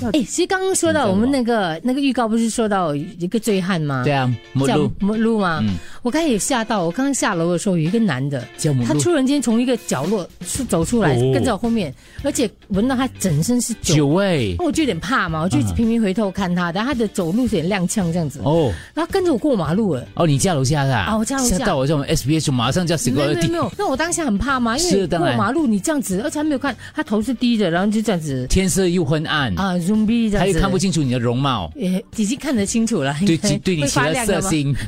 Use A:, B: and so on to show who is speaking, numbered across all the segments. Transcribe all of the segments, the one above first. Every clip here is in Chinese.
A: 要
B: 哎，其实刚刚说到我们那个那个预告，不是说到一个醉汉吗？
A: 这样目
B: 叫
A: 录
B: 目录吗？
A: 嗯
B: 我刚才也吓到，我刚下楼的时候，有一个男的，
A: 叫目
B: 他
A: 录，
B: 突然间从一个角落出走出来，
C: 哦
B: 跟在我后面，而且闻到他整身是酒。
A: 九位
B: 那我就有点怕嘛，我就
A: 嗯
B: 频频回头看他，但他的走路有点踉跄这样子，
A: 哦
B: 然后跟着我过马路了。
A: 哦，你家楼下的
B: 啊我家楼下
A: 吓到我这种 SBS 马上就要醒
B: 没
A: 过
B: 有
A: 来
B: 没有没
A: 地，
B: 有， 那我当下很怕嘛，因为
A: 是
B: 过
A: 当然
B: 马路你这样子，而且还没有看，他头是低的，然后就这样子
A: 天色又昏暗，
B: 啊，zombie 这样
A: 嗯他
B: 子，
A: 又看不，清楚你的容貌，
B: 也已经看得清楚了，
A: 对
B: 应该
A: 对对 你
B: 会
A: 起
B: 发
A: 了
B: 亮
A: 色
B: 的吗？
A: 心，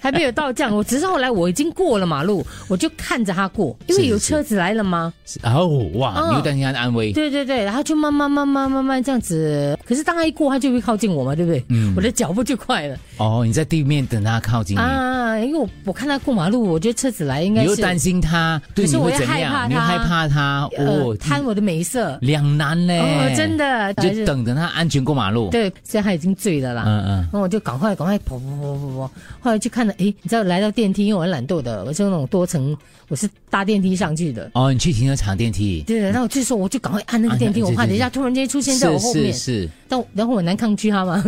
B: 还没有到这样，我只是后来我已经过了马路，我就看着他过，因
A: 是
B: 为
A: 是
B: 有
A: 是
B: 车子来了嘛，
A: 哦哇，
B: 嗯
A: 你又担心他的安危，
B: 对对对，然后就慢慢慢慢慢慢这样子，可是当他一过，他就会靠近我嘛，对不对？
A: 嗯
B: 我的脚步就快了
A: 哦，你在地面等他靠近你。
B: 啊，因为我我看他过马路，我觉得车子来应
A: 你
B: 该
A: 又
B: 是
A: 担心他对
B: 可
A: 你
B: 是我
A: 会
B: 又
A: 怎
B: 害怕
A: 样？你又
B: 他
A: 害怕他
B: 呃
A: 哦，
B: 贪我的美色，
A: 两难呢、
B: 哦，真的，还
A: 哎就是等着他安全过马路。
B: 对，现在他已经醉了啦。
A: 嗯嗯，
B: 然后我就赶快赶快跑跑跑跑跑，后来就看到，诶，你知道来到电梯，因为我很懒惰的，我是那种多层，我是搭电梯上去的。
A: 哦，你去停车场电梯，
B: 对，然后我这时候我就赶快按那个电梯，
A: 按
B: 我
A: 那对
B: 怕
A: 对
B: 等一下
A: 对
B: 突然间出现在我
A: 是
B: 后面
A: 是，是，
B: 但我然后我难抗拒他 嘛，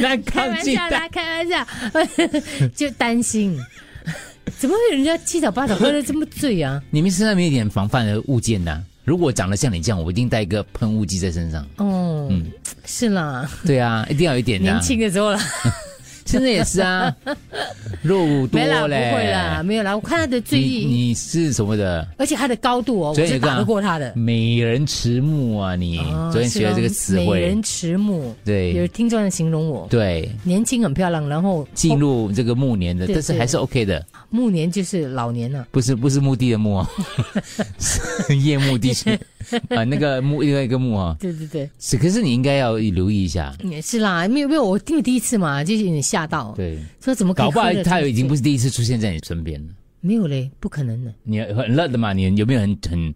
A: 难
B: 开玩笑 啦，开玩笑，就担心， 怎么会有人家七早八早喝的这么醉啊？
A: 你们身上没有一点防范的物件呐、如果长得像你这样，我一定带一个喷雾剂在身上。
B: 哦，
A: 嗯
B: 是啦，
A: 对啊，一定要有一点的、
B: 年轻的时候啦，
A: 现在也是 啊，肉多
B: 没啦，不
A: 嘞。
B: 会啦，没有啦，我看他的醉
A: 你
B: 意，
A: 你是什么的？
B: 而且他的高度哦，
A: 所
B: 我
A: 以
B: 是
A: 你看
B: 打得过他的。
A: 美人迟暮啊你！
B: 哦
A: 昨天学了这个
B: 是咯
A: 词
B: 美
A: 汇
B: 人，迟暮，
A: 对
B: 有听众在形容我，
A: 对，
B: 年轻很漂亮，然后
A: 进入这个暮年的，
B: 对
A: 但是还是 OK 的，
B: 暮年就是老年了，
A: 不是不是墓地的墓 哦，是夜幕地区啊，那个墓另外一个墓啊，
B: 对对对，
A: 是，可是你应该要留意一下，
B: 也是啦，没有没有，我因为第一次嘛，就是有点吓到，
A: 对，
B: 说怎么可以
A: 搞不好
B: 喝得
A: 他
B: 这么
A: 已经
B: 醉
A: 不是第一次出现在你身边了。
B: 没有嘞，不可能的。
A: 你很热的嘛？你有没有很很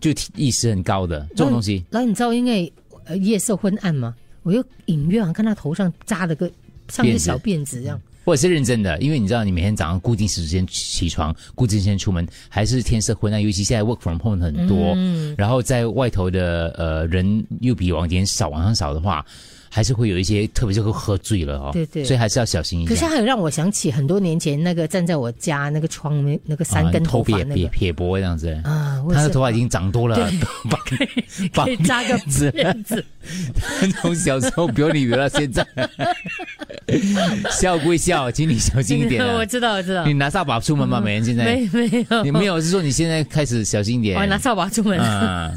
A: 就意识很高
B: 嗯
A: 的这种东西？
B: 然后你知道，因为呃夜色昏暗嘛，我又隐约好像啊看他头上扎了个像一
A: 辫
B: 个
A: 子
B: 小辫子这样。
A: 我是认真的，因为你知道，你每天早上固定时间起床，固定时间出门，还是天色昏暗，尤其现在 work from home 很多，
B: 嗯
A: 然后在外头的呃人又比往年少，往上少的话，还是会有一些，特别是会喝醉了哦，
B: 对对
A: 所以还是要小心一
B: 可是
A: 下。啊
B: 还有让我想起很多年前那个站在我家那个窗那那个三根
A: 啊
B: 头发
A: 撇
B: 那
A: 撇
B: 个
A: 撇脖这样子，
B: 啊，我也
A: 他
B: 是
A: 的头发已经长多了， 把把
B: 可以扎个
A: 辫子
B: 辫子，
A: 从小时候表你表到现在，笑归笑，请你小心一点、啊
B: 我。知道我知道哎
A: 你，拿扫把出门吗？美人现在
B: 没没有，
A: 你没有是说你现在开始小心一点，
B: 我还拿扫把出门，
A: 嗯，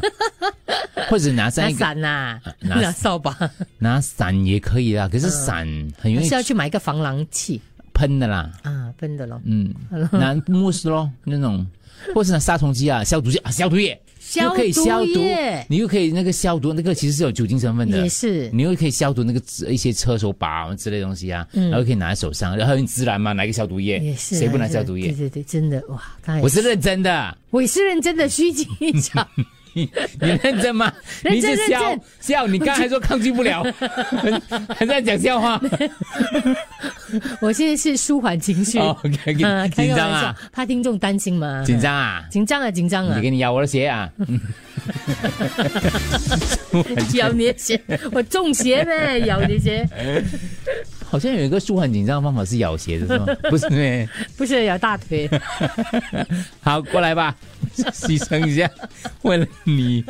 A: 或者拿
B: 拿
A: 伞一个，啊
B: 伞呐，
A: 拿
B: 拿扫把，
A: 拿伞也可以啦。可
B: 嗯
A: 是伞很容
B: 还
A: 易
B: 是要去买一个防狼器
A: 喷的啦，
B: 啊，真的咯。
A: 嗯，拿慕斯咯那种，或是拿杀虫剂啊、消毒剂啊、消毒液，又可以消毒
B: 液，
A: 你又可以那个消毒，那个其实是有酒精成分的，嗯
B: 也是
A: 你又可以消毒那个纸一些车手把啊之类的东西啊，然后可以拿在手上，然后很自然嘛，拿一个消毒液，
B: 嗯也是啊，
A: 谁不拿
B: 也是啊
A: 消毒液
B: 对？对对，真的哇！刚才
A: 我是认真的，
B: 我也是认真的虚惊一场，
A: 你你认真吗？
B: 认真
A: 你一直笑
B: 认
A: 笑，你刚才说抗拒 不了，还在讲笑话。
B: 我现在是舒缓情绪。
A: 哦 OK，
B: 啊
A: 紧
B: 开个
A: 紧张
B: 玩笑嗯
A: 啊，，
B: 怕听众担心嘛？
A: 紧张啊，
B: 紧张啊，紧张啊
A: 你！给你咬我的鞋 啊，
B: 咬你的鞋，我中邪 呗，咬你的鞋，
A: 好像有一个舒缓紧张的方法是咬鞋的，是吗？不是 咩？
B: 不是咬大腿。
A: 好，过来吧，牺牲一下，为了你。